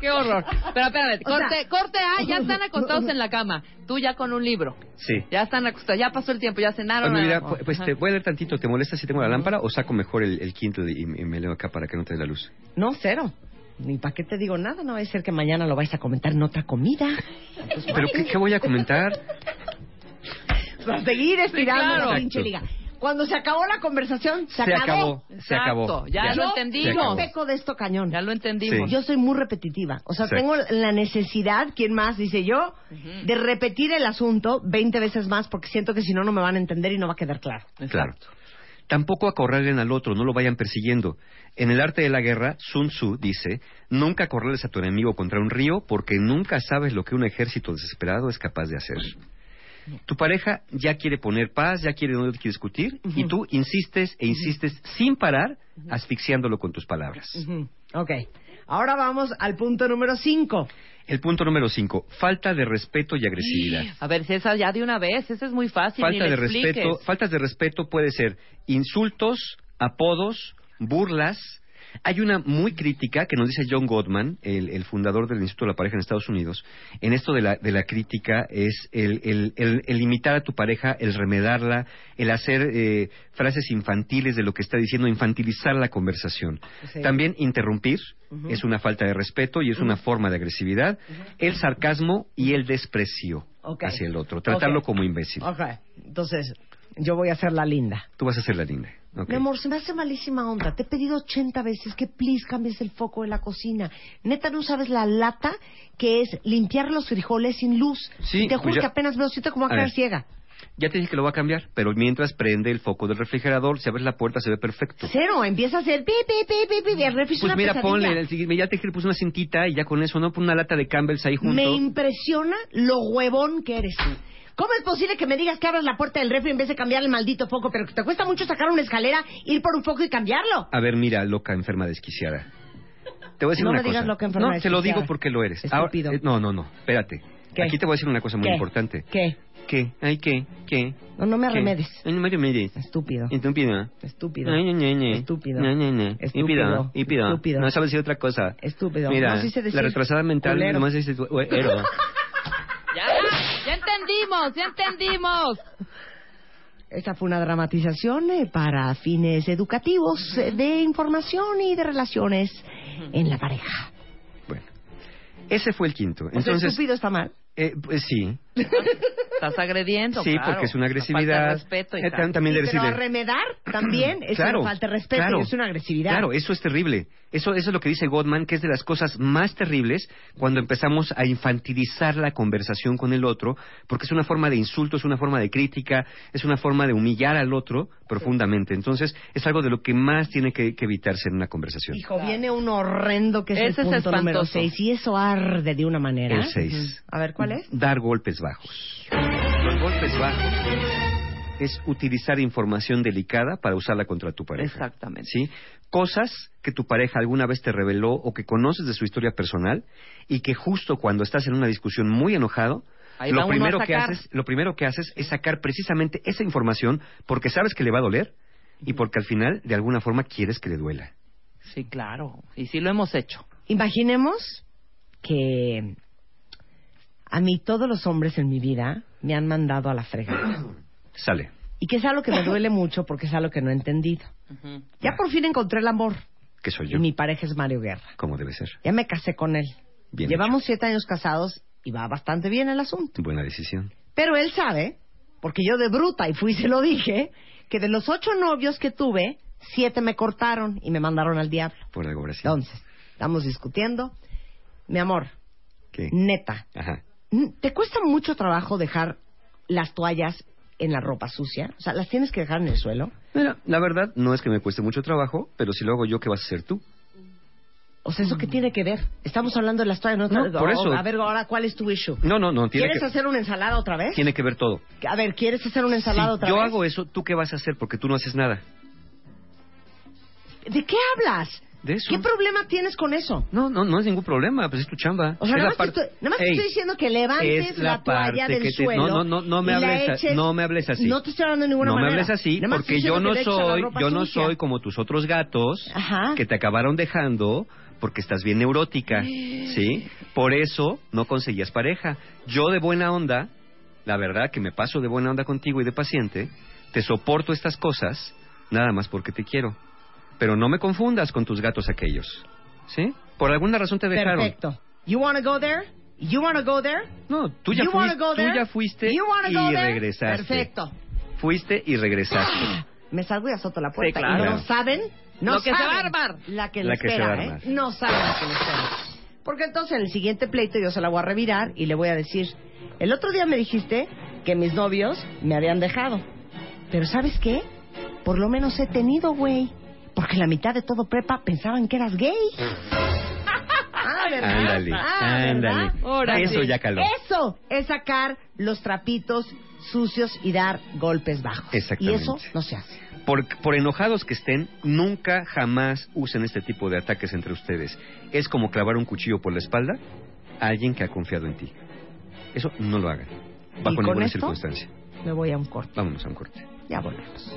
¡Qué horror! Pero espérate,
O sea-
corte, corte, ah, ya están acostados en la cama. Tú ya con un libro.
Sí.
Ya están acostados, ya pasó el tiempo, ya cenaron.
Oye, mira,
ah,
pu- pues
ajá.
te voy a leer tantito. ¿Te molesta si tengo la lámpara o saco mejor el, el Kindle y, y me leo acá para que no te dé la luz?
No, cero. Ni para qué te digo nada, no va a ser que mañana lo vais a comentar en otra comida.
¿Pero qué, qué voy a comentar?
Para seguir estirando
claro.
la pinche liga.
Exacto.
Cuando se acabó la conversación, se,
Se acabó. Se
Exacto,
acabó.
ya lo
se
entendimos.
acabó.
Yo peco de esto cañón.
Ya lo entendimos.
Sí.
Yo soy muy repetitiva. O sea,
Exacto.
tengo la necesidad, ¿quién más? Dice yo, de repetir el asunto 20 veces más porque siento que si no, no me van a entender y no va a quedar claro.
Claro. Tampoco acorralen al otro, no lo vayan persiguiendo. En el arte de la guerra, Sun Tzu dice, nunca acorrales a tu enemigo contra un río porque nunca sabes lo que un ejército desesperado es capaz de hacer. Tu pareja ya quiere poner paz, ya quiere no quiere discutir, y tú insistes e insistes sin parar, asfixiándolo con tus palabras.
Ujú. Ok. Ahora vamos al punto número 5.
El punto número cinco, falta de respeto y agresividad.
A ver, César, ya de una vez, eso es muy fácil. ni
Falta
le
de
expliques.
respeto, faltas de respeto puede ser insultos, apodos, burlas. Hay una muy crítica que nos dice John Gottman, el, el fundador del Instituto de la Pareja en Estados Unidos, en esto de la, de la crítica es el, el- el- el imitar a tu pareja, el remedarla, el hacer eh, frases infantiles de lo que está diciendo, infantilizar la conversación.
Sí.
También interrumpir
Ujú.
es una falta de respeto y es una forma de agresividad, el sarcasmo y el desprecio
Ok.
hacia el otro, tratarlo
Ok.
como imbécil.
Ok. Entonces, yo voy a ser la linda.
Tú vas a ser la linda. ok.
Mi amor, se me hace malísima onda. Te he pedido 80 veces que please cambies el foco de la cocina. Neta, no sabes la lata que es limpiar los frijoles sin luz.
Sí,
Y te juro
pues ya-
que apenas veo, siento como a
A ver.
quedar ciega.
Ya te dije que lo va a cambiar, pero mientras prende el foco del refrigerador, si abres la puerta se ve perfecto.
Cero, empieza a hacer pi, pi, pi, pi, pi, el refri es
Pues
una
mira,
pesadilla.
ponle, el siguiente- ya te dije que le puse una cintita y ya con eso, ¿no? Pon una lata de Campbell's ahí junto.
Me impresiona lo huevón que eres. ¿Cómo es posible que me digas que abras la puerta del refri en vez de cambiar el maldito foco, pero que te cuesta mucho sacar una escalera, ir por un foco y cambiarlo?
A ver, mira, loca enferma desquiciada. Te voy a decir
No
una
me digas
cosa.
loca enferma
no, te lo
desquiciada.
digo porque lo eres.
Estúpido.
eh, no, no, no, espérate.
¿Qué?
Aquí te voy a decir una cosa muy
¿Qué?
importante.
¿Qué?
¿Qué? Ay, ¿qué? ¿Qué?
No, no me
¿Qué?
arremedes.
Ay, No me remedes.
Estúpido.
Estúpida.
Estúpido.
Ay, ñe, ñe, ñe.
Estúpido.
Ñe, ñe, ñe.
Estúpido.
Ípido, ípido.
Estúpido.
No sabes decir otra cosa.
Estúpido.
Mira,
No, sí sé decir
la retrasada mental
culero.
nomás dice tu- ue- ero.
Ya, ya entendimos, ya entendimos.
Esta fue una dramatización eh, para fines educativos eh, de información y de relaciones en la pareja.
Bueno, ese fue el quinto.
O sea,
Entonces,
estúpido está mal.
eh, pues sí,
Estás agrediendo,
sí,
claro.
porque es una
La
agresividad.
Falta de respeto y
Eh, tam-
tal.
también
Sí,
de
pero
decirle-
arremedar también es
Claro,
una falta de respeto
claro,
y es una agresividad.
Claro, eso es terrible. Eso, eso es lo que dice Gottman, que es de las cosas más terribles cuando empezamos a infantilizar la conversación con el otro, porque es una forma de insulto, es una forma de crítica, es una forma de humillar al otro profundamente. Entonces, es algo de lo que más tiene que, que evitarse en una conversación.
Hijo, viene un horrendo que es
Ese
el
es
punto número
espantoso.
6 y eso arde de una manera.
El seis.
Ujú. A ver, ¿cuál es?
Dar golpes bajos. Los golpes bajos es utilizar información delicada para usarla contra tu pareja.
Exactamente.
¿Sí? Cosas que tu pareja alguna vez te reveló o que conoces de su historia personal y que justo cuando estás en una discusión muy enojado,
Ahí va
lo
uno
primero,
a
que
sacar.
haces, lo primero que haces es sacar precisamente esa información porque sabes que le va a doler y porque al final de alguna forma quieres que le duela.
Sí, claro. Y sí lo hemos hecho.
Imaginemos que a mí todos los hombres en mi vida me han mandado a la fregada.
Sale.
Y que es algo que me duele mucho porque es algo que no he entendido. Ya por fin encontré el amor.
Que soy
Y
yo.
mi pareja es Mario Guerra.
Como debe ser.
Ya me casé con él.
Bien
Llevamos siete años casados y va bastante bien el asunto.
Buena decisión.
Pero él sabe, porque yo de bruta y fui y se lo dije, que de los ocho novios que tuve, siete me cortaron y me mandaron al diablo.
Por algo así.
Entonces, estamos discutiendo. Mi amor,
¿Qué?
neta,
Ajá.
Mm, ¿Te cuesta mucho trabajo dejar las toallas en la ropa sucia? O sea, ¿las tienes que dejar en el suelo?
Mira, la verdad no es que me cueste mucho trabajo, pero si lo hago yo, ¿qué vas a hacer tú?
O sea, ¿eso qué tiene que ver? Estamos hablando de las toallas. No,
Mm. No, por
O-
eso.
A ver, ahora, ¿cuál es tu issue?
No, no, no. Tiene
¿Quieres
que,
hacer una ensalada otra vez?
tiene que ver todo.
A ver, ¿quieres hacer una ensalada
Si
otra
yo
vez?
hago eso, ¿tú qué vas a hacer? Porque tú no haces nada.
¿De qué hablas?
De eso.
¿Qué problema tienes con eso?
No, no, no es ningún problema, pues es tu chamba.
O sea, nada
Es la
más,
parte-
te, estoy, nada más te
Ey,
estoy diciendo que levantes
es
la,
la
toalla
parte
del
que te-
suelo.
No, no, no, no me
y la
hables a-
eches-
no me hables así.
No te estoy hablando de ninguna
no me
manera.
hables así,
Nada más te
porque
estoy
yo
diciendo que
no
le eches a la
soy,
ropa
yo no
sucia.
soy como tus otros gatos
Ajá.
que te acabaron dejando porque estás bien neurótica, ¿sí? Por eso no conseguías pareja. Yo de buena onda, la verdad que me paso de buena onda contigo y de paciente, te soporto estas cosas nada más porque te quiero. Pero no me confundas con tus gatos aquellos, ¿sí? Por alguna razón te dejaron.
Perfecto. You wanna go there? You wanna go there?
No, tú ya,
You wanna
fuiste,
go
tú
there?
ya fuiste
You wanna
y
go there?
regresaste.
Perfecto.
Fuiste y regresaste.
Me salgo y azoto la puerta.
Sí, claro.
Y no saben, no
Lo que se
saben
va a armar.
La que,
La
le
que se
espera,
va a armar.
¿eh? No saben la que le espera. Porque entonces en el siguiente pleito yo se la voy a revirar y le voy a decir, el otro día me dijiste que mis novios me habían dejado. Pero ¿sabes qué? Por lo menos he tenido, güey. Porque la mitad de todo prepa pensaban que eras gay. Ah, ¿verdad?
Ándale,
Ah, ¿verdad?
ándale.
Ahora
Eso
sí.
ya caló.
Eso es sacar los trapitos sucios y dar golpes bajos.
Exactamente.
Y eso no se hace.
Por, por enojados que estén, nunca jamás usen este tipo de ataques entre ustedes. Es como clavar un cuchillo por la espalda a alguien que ha confiado en ti. Eso no lo hagan.
¿Y
Bajo
con
ninguna
esto?
circunstancia.
Me voy a un corte.
Vámonos a un corte.
Ya volvemos.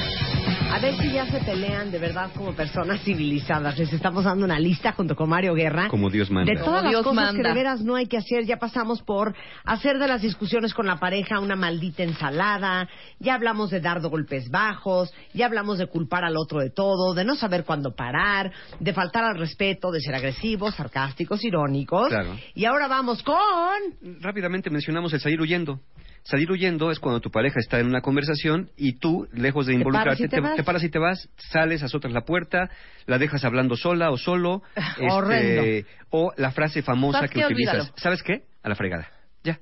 A ver si ya se pelean de verdad como personas civilizadas. Les estamos dando una lista junto con Mario Guerra.
Como Dios manda.
Ah, De todas
Como
las
Dios
cosas que
manda.
de veras no hay que hacer, ya pasamos por hacer de las discusiones con la pareja una maldita ensalada, ya hablamos de dar golpes bajos, ya hablamos de culpar al otro de todo, de no saber cuándo parar, de faltar al respeto, de ser agresivos, sarcásticos, irónicos.
Claro.
Y ahora vamos con...
Rápidamente mencionamos el salir huyendo. Salir huyendo es cuando tu pareja está en una conversación y tú, lejos
Te paras y
de involucrarte,
te vas.
paras y te vas, sales, azotas la puerta, la dejas hablando sola o solo. este,
Horrendo.
o la frase famosa
¿Sabes
que
qué?
utilizas.
Olvídalo.
¿Sabes qué? A la fregada. Ya.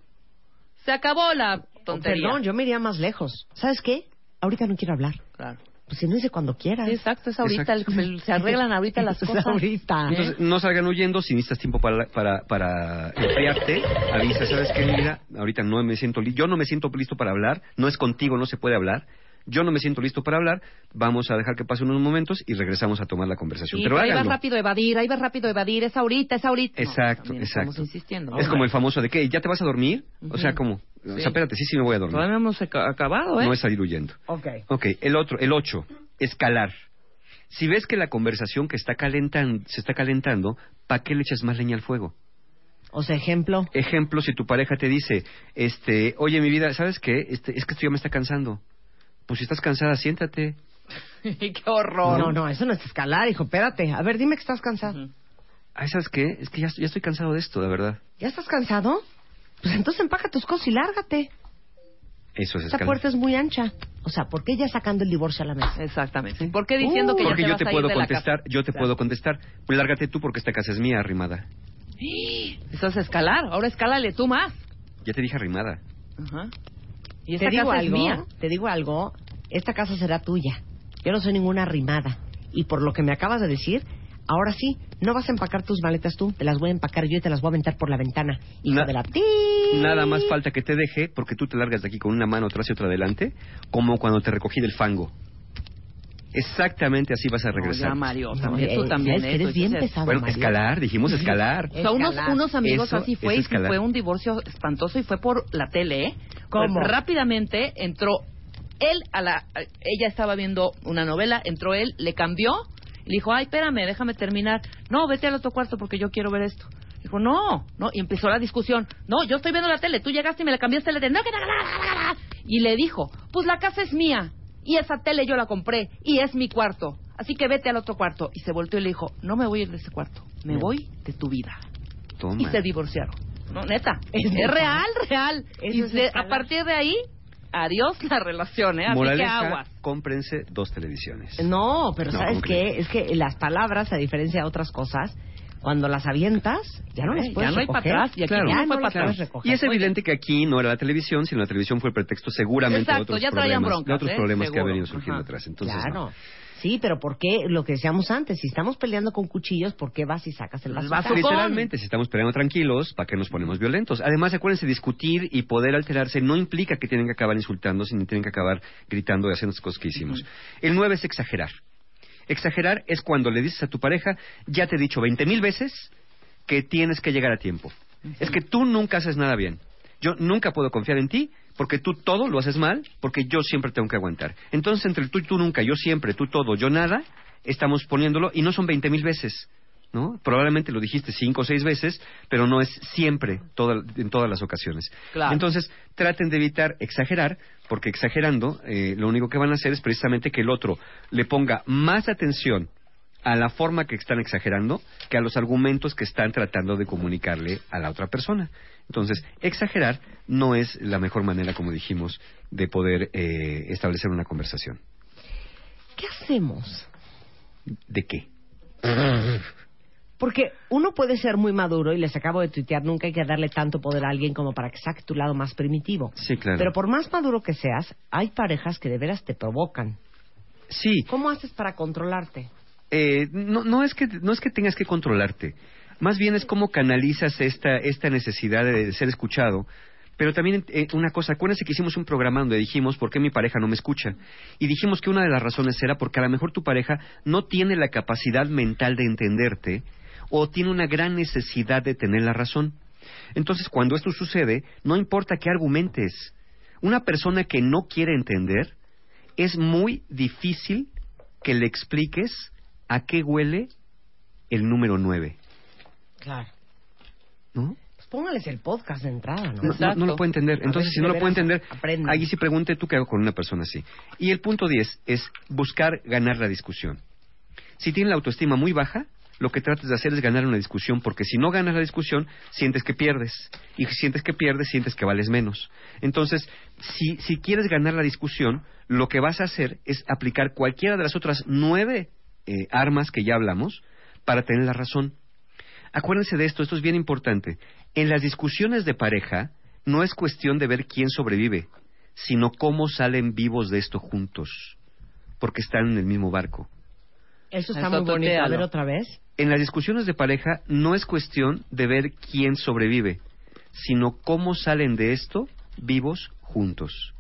Se acabó la tontería.
Perdón, yo me iría más lejos. ¿Sabes qué? Ahorita no quiero hablar.
Claro.
Pues si no dice cuando quieras.
Sí, exacto, es ahorita.
Exacto.
el- el- se arreglan ahorita las
Es
cosas.
ahorita.
Entonces,
¿Eh?
no salgan huyendo si necesitas tiempo para, para, para enfriarte. Avisa, ¿sabes qué? Mira, ahorita no me siento li- yo no me siento listo para hablar. No es contigo, no se puede hablar. Yo no me siento listo para hablar. Vamos a dejar que pasen unos momentos y regresamos a tomar la conversación.
Sí,
Pero
pero ahí vas
háganlo.
rápido a evadir, ahí vas rápido a evadir, es ahorita, es ahorita. No,
Exacto,
también
exacto.
Estamos insistiendo.
Es como el famoso de que ya te vas a dormir. O sea, como, o
Sí.
sea, espérate, sí, sí me voy a dormir.
Todavía no hemos aca- acabado, ¿eh?
No es salir huyendo.
Ok.
Ok, el otro, el ocho, escalar. Si ves que la conversación que está calentando, se está calentando, ¿para qué le echas más leña al fuego?
O sea, ejemplo.
Ejemplo, si tu pareja te dice, este, oye, mi vida, ¿sabes qué? Este, es que esto ya me está cansando. Pues si estás cansada, siéntate.
¡Qué horror!
No, no, eso no es escalar, hijo. Espérate. A ver, dime que estás cansado.
Ujú.
Ay, ¿sabes qué? Es que ya, ya estoy cansado de esto, de verdad.
¿Ya estás cansado? Pues entonces empaca tus cosas y lárgate.
Eso es
Esta
escalar.
puerta es muy ancha. O sea, ¿por qué ya sacando el divorcio a la mesa?
Exactamente. ¿Por qué diciendo que ya
porque
te
yo
vas
te
a ir
puedo
de la casa?
contestar, yo te puedo contestar. Pues lárgate tú porque esta casa es mía, arrimada.
Eso es escalar. Ahora escálale tú más.
Ya te dije arrimada.
Ajá. Y
Te
esta
digo
casa
algo,
es mía.
te digo algo, esta casa será tuya. Yo no soy ninguna arrimada. Y por lo que me acabas de decir, ahora sí, no vas a empacar tus maletas tú, te las voy a empacar yo y te las voy a aventar por la ventana. Hijo
Na-
de la ti.
Nada más falta que te deje, porque tú te largas de aquí con una mano atrás y otra adelante, como cuando te recogí del fango. Exactamente así vas a regresar.
Ya, Mario,
No,
también, tú
eh,
también.
es que
eso,
eres bien
entonces,
pesado,
bueno,
Mario.
escalar, dijimos escalar.
O sea, unos,
Escalar.
unos amigos
Eso
así
es
fue y sí
escalar.
fue un divorcio espantoso y fue por la tele. ¿eh?
¿Cómo?
Pues Rápidamente entró él a la... a- Ella estaba viendo una novela, entró él, le cambió, le dijo, ay, espérame, déjame terminar. No, vete al otro cuarto porque yo quiero ver esto. Dijo, no, no, y empezó la discusión. No, yo estoy viendo la tele, tú llegaste y me la cambiaste la tele. No, que- Y le dijo, pues la casa es mía, y esa tele yo la compré, y es mi cuarto, así que vete al otro cuarto. Y se volteó y le dijo, no me voy a ir de ese cuarto, me
No.
voy de tu vida
Toma.
y se divorciaron. No, neta.
Es
Es,
neta.
real, real.
Eso
y
es
de-
escalar.
a partir de ahí, adiós la relación, ¿eh? Así que
Moraleja,
aguas.
cómprense dos televisiones.
No, pero
No,
¿sabes
hombre.
qué? Es que las palabras, a diferencia de otras cosas, cuando las avientas, ya no
Ay,
las puedes
ya no hay pa'
recoger.
atrás, y aquí
Claro.
ya
no fue
no
pa'
las
atrás.
puedes recoger.
Y es evidente que aquí no era la televisión, sino la televisión fue el pretexto seguramente de
Exacto,
otros
ya traían
problemas, de
broncas,
otros
¿eh?
problemas que
Seguro.
han venido surgiendo
Ajá.
atrás. Entonces,
claro.
no.
Sí, pero ¿por qué? Lo que decíamos antes, si estamos peleando con cuchillos, ¿por qué vas y sacas el
El
vaso?
vaso
Claro.
Literalmente, si estamos peleando tranquilos, ¿para qué nos ponemos violentos? Además, acuérdense, discutir y poder alterarse no implica que tienen que acabar insultándose ni tienen que acabar gritando y haciendo esas cosas que hicimos. El nueve es exagerar. Exagerar es cuando le dices a tu pareja, ya te he dicho veinte mil veces que tienes que llegar a tiempo. Es que tú nunca haces nada bien. Yo nunca puedo confiar en ti porque tú todo lo haces mal, porque yo siempre tengo que aguantar. Entonces, entre el tú y tú nunca, yo siempre, tú todo, yo nada, estamos poniéndolo y no son veinte mil veces. ¿No? Probablemente lo dijiste cinco o seis veces, pero no es siempre, toda- en todas las ocasiones.
Claro.
Entonces, traten de evitar exagerar, porque exagerando, eh, lo único que van a hacer es precisamente que el otro le ponga más atención a la forma que están exagerando que a los argumentos que están tratando de comunicarle a la otra persona. Entonces, exagerar no es la mejor manera, como dijimos, de poder eh, establecer una conversación.
¿Qué hacemos?
¿De qué?
Porque uno puede ser muy maduro y les acabo de tuitear, nunca hay que darle tanto poder a alguien como para que saque tu lado más primitivo.
Sí, claro.
Pero por más maduro que seas, hay parejas que de veras te provocan.
Sí,
¿Cómo haces para controlarte?
eh, no, no es que no es que tengas que controlarte. Más bien es cómo canalizas esta esta necesidad de ser escuchado. Pero también eh, una cosa, acuérdense que hicimos un programa donde dijimos por qué mi pareja no me escucha. Y dijimos que una de las razones era porque a lo mejor tu pareja no tiene la capacidad mental de entenderte o tiene una gran necesidad de tener la razón. Entonces, cuando esto sucede, no importa qué argumentes. Una persona que no quiere entender es muy difícil que le expliques a qué huele el número 9.
Claro.
¿no?
Pues póngales el podcast de entrada, ¿no?
No, no- no lo puede entender.
A
Entonces,
ver,
si no
de
lo puede
veras,
entender,
aprende.
ahí sí pregunte tú qué hago con una persona así. Y el punto 10 es buscar ganar la discusión. Si tiene la autoestima muy baja, lo que tratas de hacer es ganar una discusión, porque si no ganas la discusión, sientes que pierdes. Y si sientes que pierdes, sientes que vales menos. Entonces, si, si quieres ganar la discusión, lo que vas a hacer es aplicar cualquiera de las otras nueve eh, armas que ya hablamos para tener la razón. Acuérdense de esto, esto es bien importante. En las discusiones de pareja no es cuestión de ver quién sobrevive, sino cómo salen vivos de esto juntos, porque están en el mismo barco.
Eso está
Eso
muy bonito. A
tuitealo.
ver otra vez.
En las discusiones de pareja no es cuestión de ver quién sobrevive, sino cómo salen de esto vivos juntos.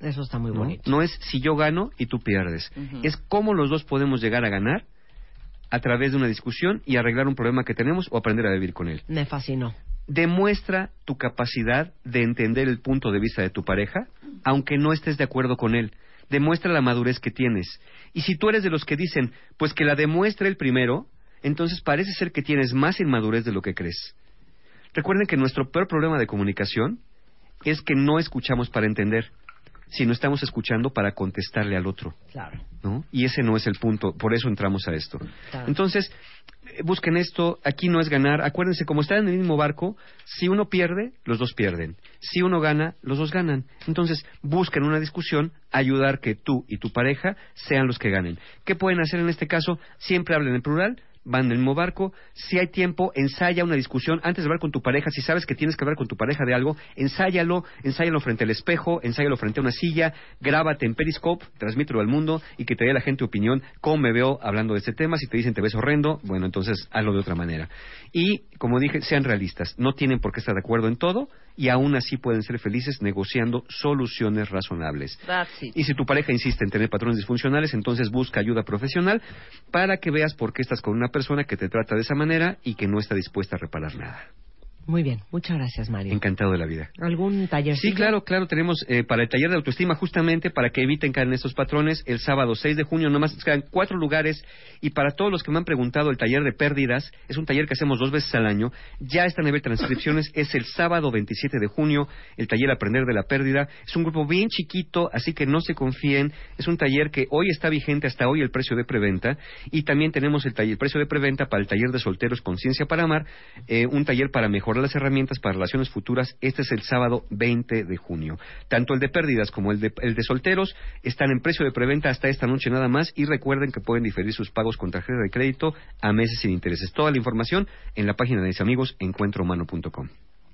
Eso está muy
¿no?
bonito.
No es si yo gano y tú pierdes,
Ujú.
es cómo los dos podemos llegar a ganar a través de una discusión y arreglar un problema que tenemos o aprender a vivir con él.
Me fascinó.
demuestra tu capacidad de entender el punto de vista de tu pareja, aunque no estés de acuerdo con él. Demuestra la madurez que tienes. Y si tú eres de los que dicen, pues que la demuestre el primero, entonces parece ser que tienes más inmadurez de lo que crees. Recuerden que nuestro peor problema de comunicación es que no escuchamos para entender, sino estamos escuchando para contestarle al otro.
Claro.
¿no? Y ese no es el punto, por eso entramos a esto.
Claro.
Entonces, eh, busquen esto, aquí no es ganar, acuérdense, como están en el mismo barco, si uno pierde, los dos pierden, si uno gana, los dos ganan. Entonces, busquen una discusión, ayudar que tú y tu pareja sean los que ganen. ¿Qué pueden hacer en este caso? Siempre hablen en plural, van en el mismo barco, si hay tiempo, ensaya una discusión antes de hablar con tu pareja, si sabes que tienes que hablar con tu pareja de algo, ensáyalo, ensáyalo frente al espejo, ensáyalo frente a una silla, grábate en Periscope, transmítelo al mundo y que te dé la gente opinión, cómo me veo hablando de este tema, si te dicen te ves horrendo, bueno, entonces hazlo de otra manera. Y, como dije, sean realistas, no tienen por qué estar de acuerdo en todo y aún así pueden ser felices negociando soluciones razonables.
That's it.
Y si tu pareja insiste en tener patrones disfuncionales, entonces busca ayuda profesional para que veas por qué estás con una persona que te trata de esa manera y que no está dispuesta a reparar nada.
Muy bien, muchas gracias, Mario.
Encantado de la vida.
¿Algún taller?
Sí, claro, claro, tenemos eh, para el taller de autoestima justamente para que eviten caer en estos patrones el sábado 6 de junio, nomás nos quedan cuatro lugares y para todos los que me han preguntado el taller de pérdidas, es un taller que hacemos dos veces al año, ya están a ver transcripciones, es el sábado 27 de junio, el taller Aprender de la Pérdida, es un grupo bien chiquito, así que no se confíen, es un taller que hoy está vigente hasta hoy el precio de preventa y también tenemos el, taller, el precio de preventa para el taller de solteros Conciencia para Amar, eh, un taller para mejorar las herramientas para relaciones futuras, este es el sábado 20 de junio. Tanto el de pérdidas como el de, el de solteros están en precio de preventa hasta esta noche nada más y recuerden que pueden diferir sus pagos con tarjeta de crédito a meses sin intereses. Toda la información en la página de mis amigos encuentrohumano.com.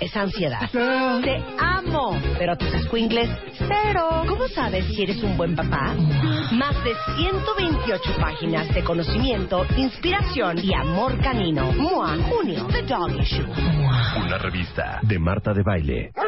es ansiedad. Te amo, pero tus escuingles, pero ¿cómo sabes si eres un buen papá? Más de 128 páginas de conocimiento, inspiración y amor canino. MOA, junio, The Dog Issue.
Una revista de Marta de Baile.